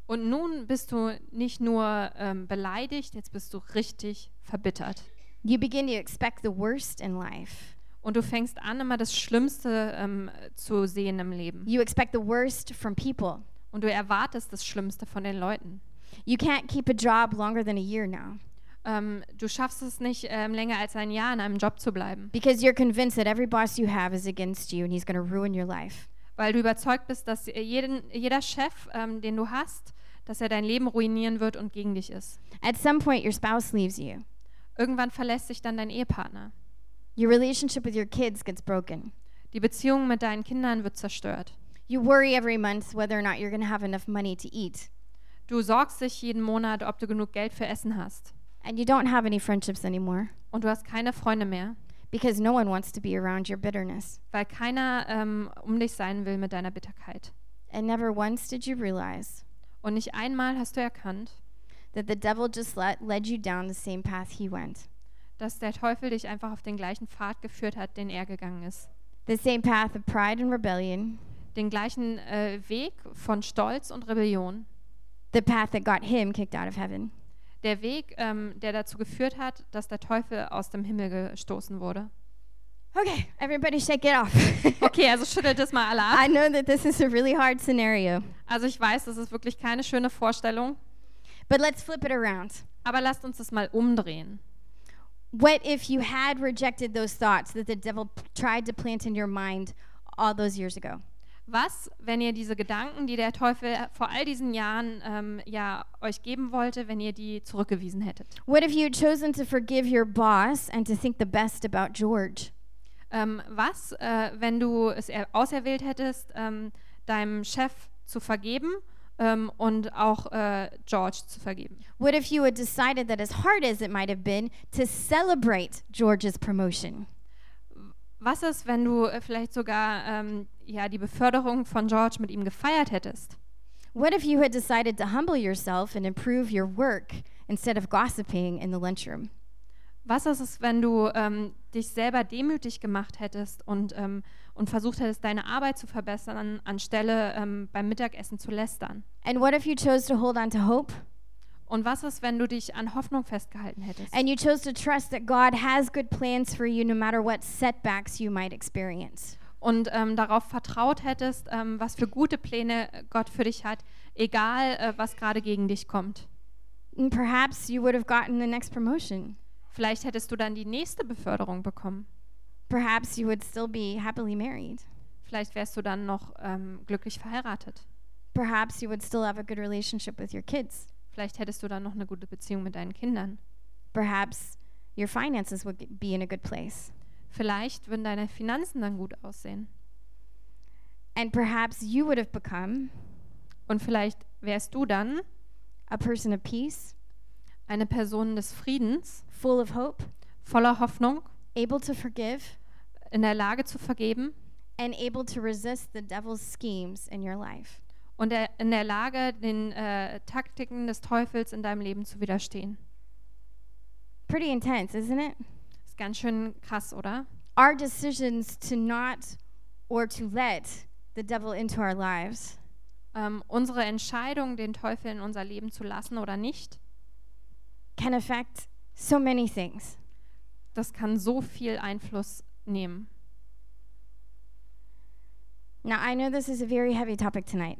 Und nun bist du nicht nur ähm, beleidigt, jetzt bist du richtig verbittert.
You begin to expect the worst in life.
Und du fängst an, immer das Schlimmste ähm, zu sehen im Leben.
You expect the worst from people.
Und du erwartest das Schlimmste von den Leuten.
You can't keep a job longer than a year now
Ähm, du schaffst es nicht, ähm, länger als ein Jahr in einem Job zu bleiben,
because you're convinced that every boss you have is against you and he's going to ruin your life.
weil du überzeugt bist, dass äh, jeden, jeder Chef, ähm, den du hast, dass er dein Leben ruinieren wird und gegen dich ist.
At some point, your spouse leaves you.
Irgendwann verlässt sich dann dein Ehepartner.
Your relationship with your kids gets broken.
Die Beziehung mit deinen Kindern wird zerstört.
You worry every month whether or not you're going to have enough money to eat.
Du sorgst dich jeden Monat, ob du genug Geld für Essen hast.
And you don't have any friendships anymore
Und du hast keine Freunde mehr,
because no one wants to be around your bitterness.
weil keiner ähm, um dich sein will mit deiner Bitterkeit.
And never once did you realize
Und nicht einmal hast du erkannt,
that the devil just let, led you down the same path he went,
dass der Teufel dich einfach auf den gleichen Pfad geführt hat, den er gegangen ist.
the same path of pride and rebellion,
Den gleichen äh, Weg von Stolz und Rebellion.
the path that got him kicked out of heaven.
Der Weg, ähm, der dazu geführt hat, dass der Teufel aus dem Himmel gestoßen wurde.
Okay, everybody shake it off.
Okay, also schüttelt es mal alle ab.
I know that this is a really hard scenario,
Also ich weiß, das ist wirklich keine schöne Vorstellung,
but let's flip it around.
aber lasst uns das mal umdrehen.
What if you had rejected those thoughts that the devil p- tried to plant in your mind all those years ago?
Was, wenn ihr diese Gedanken, die der Teufel vor all diesen Jahren ähm, ja euch geben wollte, wenn ihr die zurückgewiesen hättet?
What if you had chosen to forgive your boss and to think the best about George?
Ähm, was, äh, wenn du es er- auserwählt hättest, ähm, deinem Chef zu vergeben ähm, und auch äh, George zu vergeben?
What if you had decided that, as hard as it might have been, to celebrate George's promotion?
Was ist, wenn du äh, vielleicht sogar ähm, ja die Beförderung von George mit ihm gefeiert hättest?
What if you had decided to humble yourself and improve your work instead of gossiping in the lunchroom?
Was ist es, wenn du ähm, dich selber demütig gemacht hättest und, ähm, und versucht hättest, deine Arbeit zu verbessern, anstelle ähm, beim Mittagessen zu lästern?
And what if you chose to hold on to hope
Und was ist, wenn du dich an Hoffnung festgehalten hättest?
and you chose to trust that God has good plans for you no matter what setbacks you might experience?
Und ähm, darauf vertraut hättest, ähm, was für gute Pläne äh, Gott für dich hat, egal äh, was gerade gegen dich kommt?
And perhaps you would have gotten the next promotion.
Vielleicht hättest du dann die nächste Beförderung bekommen.
Perhaps you would still be happily married.
Vielleicht wärst du dann noch ähm, glücklich verheiratet.
Perhaps you would still have a good relationship with your kids.
Vielleicht hättest du dann noch eine gute Beziehung mit deinen Kindern.
Perhaps your finances would g- be in a good place.
Vielleicht würden deine Finanzen dann gut aussehen.
And perhaps you would have become
Und vielleicht wärst du dann
a person of peace,
eine Person des Friedens,
full of hope,
voller Hoffnung,
able to forgive,
in der Lage zu vergeben
and able to resist the devil's schemes in your life.
und er, in der Lage, den äh, Taktiken des Teufels in deinem Leben zu widerstehen.
Pretty intense, isn't it?
Ist ganz schön krass, oder?
Our decisions to not or to let the devil into our lives
Ähm, unsere Entscheidung, den Teufel in unser Leben zu lassen oder nicht,
can affect so many things.
das kann so viel Einfluss nehmen.
Now, I know this is a very heavy topic tonight,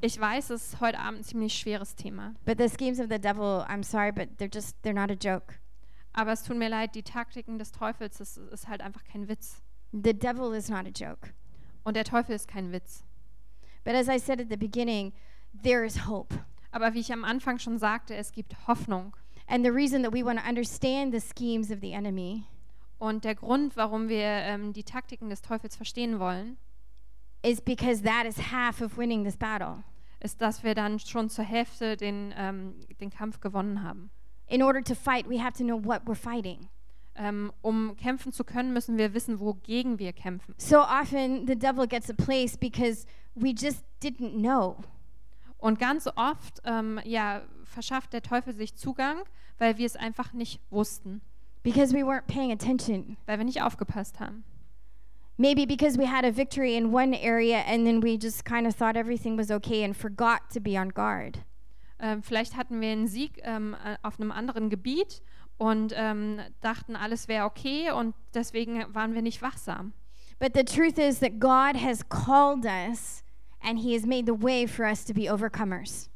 Ich weiß, es ist heute Abend ein ziemlich schweres Thema,
but the schemes of the devil, I'm sorry, but they're just, they're not a joke.
aber es tut mir leid, die Taktiken des Teufels, das ist halt einfach kein Witz.
The devil is not a joke.
Und der Teufel ist kein Witz.
But as I said at the beginning, there is hope.
Aber wie ich am Anfang schon sagte, es gibt Hoffnung.
And the reason that we want to understand the schemes of the enemy
Und der Grund, warum wir ähm, die Taktiken des Teufels verstehen wollen,
is because that is half of winning this battle.
ist, dass wir dann schon zur Hälfte den, ähm, den Kampf gewonnen haben.
In order to fight, we have to know what we're fighting.
Ähm, um kämpfen zu können, müssen wir wissen, wogegen wir kämpfen.
So often the devil gets a place because we just didn't know.
Und ganz oft ähm, ja, verschafft der Teufel sich Zugang, weil wir es einfach nicht wussten,
Because we weren't paying attention.
weil wir nicht aufgepasst haben.
Maybe because we had a victory in one area and then we just kind of thought everything was okay and forgot to be on guard.
Ähm, vielleicht hatten wir einen Sieg ähm, äh, auf einem anderen Gebiet und ähm, dachten, alles wäre okay und deswegen waren wir nicht wachsam.
But the truth is that God has called us and He has made the way for us to be overcomers.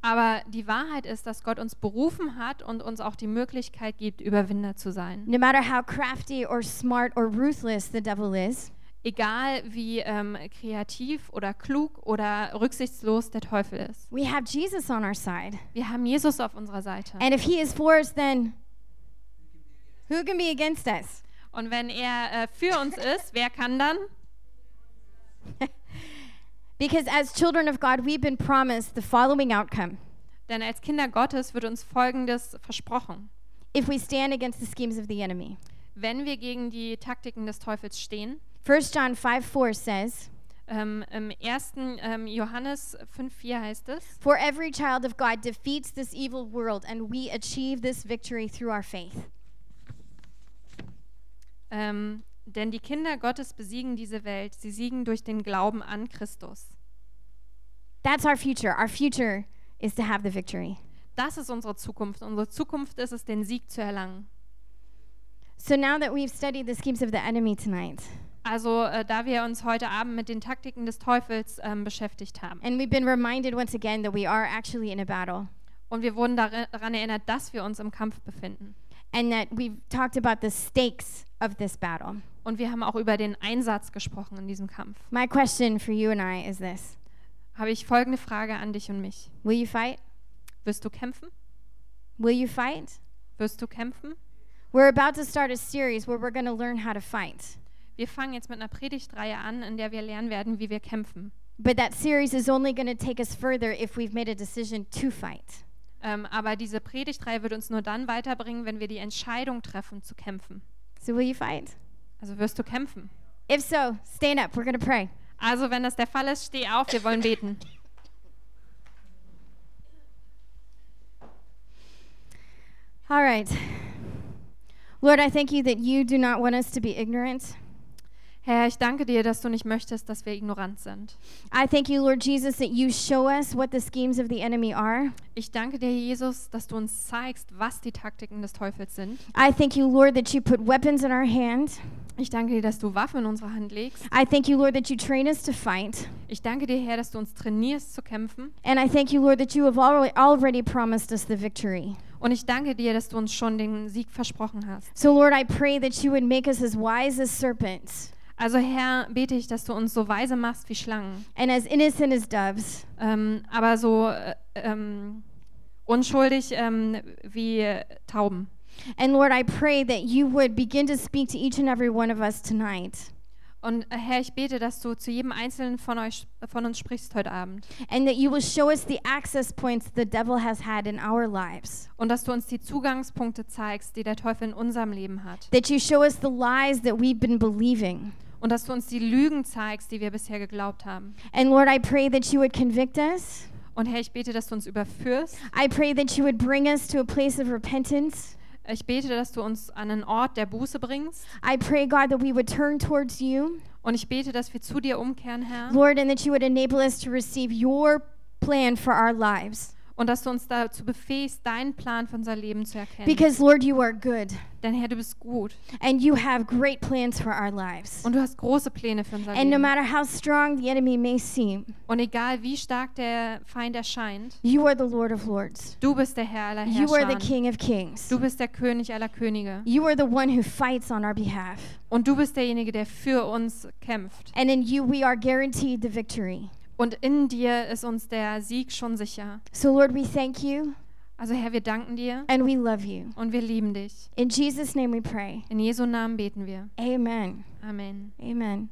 Aber die Wahrheit ist, dass Gott uns berufen hat und uns auch die Möglichkeit gibt, Überwinder zu sein.
No matter how crafty or smart or ruthless the devil is,
Egal wie ähm, kreativ oder klug oder rücksichtslos der Teufel ist.
we have Jesus on our side.
Wir haben Jesus auf unserer Seite.
And if He is for us, then who can be against us?
Und wenn er äh, für uns ist, wer kann dann?
Because as children of God, we've been promised the following outcome
Denn als Kinder Gottes wird uns Folgendes versprochen.
if we stand against the schemes of the enemy.
Wenn wir gegen die Taktiken des Teufels stehen,
1 John 5 4 says,
ähm, im 1. Ähm, Johannes 5,4 heißt es,
For every child of God defeats this evil world, and we achieve this victory through our faith.
ähm, denn die Kinder Gottes besiegen diese Welt, sie siegen durch den Glauben an Christus.
That's our future. Our future is to have the victory.
Das ist unsere Zukunft. Unsere Zukunft ist es, den Sieg zu erlangen.
So now that we've studied the schemes of the enemy tonight,
Also äh, da wir uns heute Abend mit den Taktiken des Teufels ähm, beschäftigt haben.
and we've been reminded once again that we are actually in a battle,
Und wir wurden darin- daran erinnert, dass wir uns im Kampf befinden.
and that we've talked about the stakes of this battle.
Und wir haben auch über den Einsatz gesprochen in diesem Kampf.
My question for you and I is this
Habe ich folgende Frage an dich und mich.
Will you fight?
Wirst du kämpfen?
Will you fight?
Wirst du kämpfen?
We're about to start a series where we're going to learn how to fight.
Wir fangen jetzt mit einer Predigtreihe an, in der wir lernen werden, wie wir kämpfen.
But that series is only going to take us further if we've made a decision to fight.
Ähm, aber diese Predigtreihe wird uns nur dann weiterbringen, wenn wir die Entscheidung treffen, zu kämpfen.
So, will you fight?
Also wirst du kämpfen.
If so, stand up. We're going to pray.
Also wenn das der Fall ist, steh auf, wir wollen beten.
All right. Lord, I thank you that you do not want us to be ignorant.
Herr, ich danke dir, dass du nicht möchtest, dass wir ignorant sind.
I thank you, Lord Jesus, that you show us what the schemes of the enemy are.
Ich danke dir, Jesus, dass du uns zeigst, was die Taktiken des Teufels sind.
I thank you, Lord, that you put weapons in our hand.
Ich danke dir, dass du Waffen in unsere Hand legst.
I thank you, Lord, that you train us to fight.
Ich danke dir, Herr, dass du uns trainierst zu kämpfen.
And I thank you, Lord, that you have alre- already promised us the victory.
Und ich danke dir, dass du uns schon den Sieg versprochen hast.
So, Lord, I pray that you would make us as wise as serpents
Also Herr, bete ich, dass du uns so weise machst wie Schlangen,
and as innocent as doves.
ähm, aber so äh, ähm, unschuldig ähm, wie äh, Tauben.
And Lord, I pray that you would begin to speak to each and every one of us tonight.
Und äh, Herr, ich bete, dass du zu jedem einzelnen von euch, von uns sprichst heute Abend
and that you will show us the access points the devil has had in our lives.
und dass du uns die Zugangspunkte zeigst, die der Teufel in unserem Leben hat
That you show us the lies that we've been believing.
und dass du uns die Lügen zeigst, die wir bisher geglaubt haben.
And Lord, I pray that you would convict us.
Und Herr, ich bete, dass du uns überführst.
I pray that you would bring us to a place of repentance.
Ich bete, dass du uns an einen Ort der Buße bringst.
I pray, God, that we would turn towards you,
Und ich bete, dass wir zu dir umkehren, Herr.
Lord, and that you would enable us to receive your plan for our lives.
Und dass du uns dazu befähigst, deinen Plan für unser Leben zu erkennen.
Because, Lord, you are good
Denn Herr, du bist gut.
and you have great plans for our lives.
Und du hast große Pläne für unser
And no
Leben.
matter how strong the enemy may seem,
Und egal wie stark der Feind erscheint,
you are the Lord of Lords.
du bist der Herr aller
You are the
Herrscher.
King of Kings.
Du bist der König aller Könige.
You are the one who fights on our behalf.
Und du bist derjenige, der für uns kämpft.
And in you, we are guaranteed the victory.
Und in dir ist uns der Sieg schon sicher.
So, Lord, we thank you
Also Herr, wir danken dir
and we love you.
und wir lieben dich.
In Jesus' name we pray.
In Jesu Namen beten wir.
Amen.
Amen.
Amen.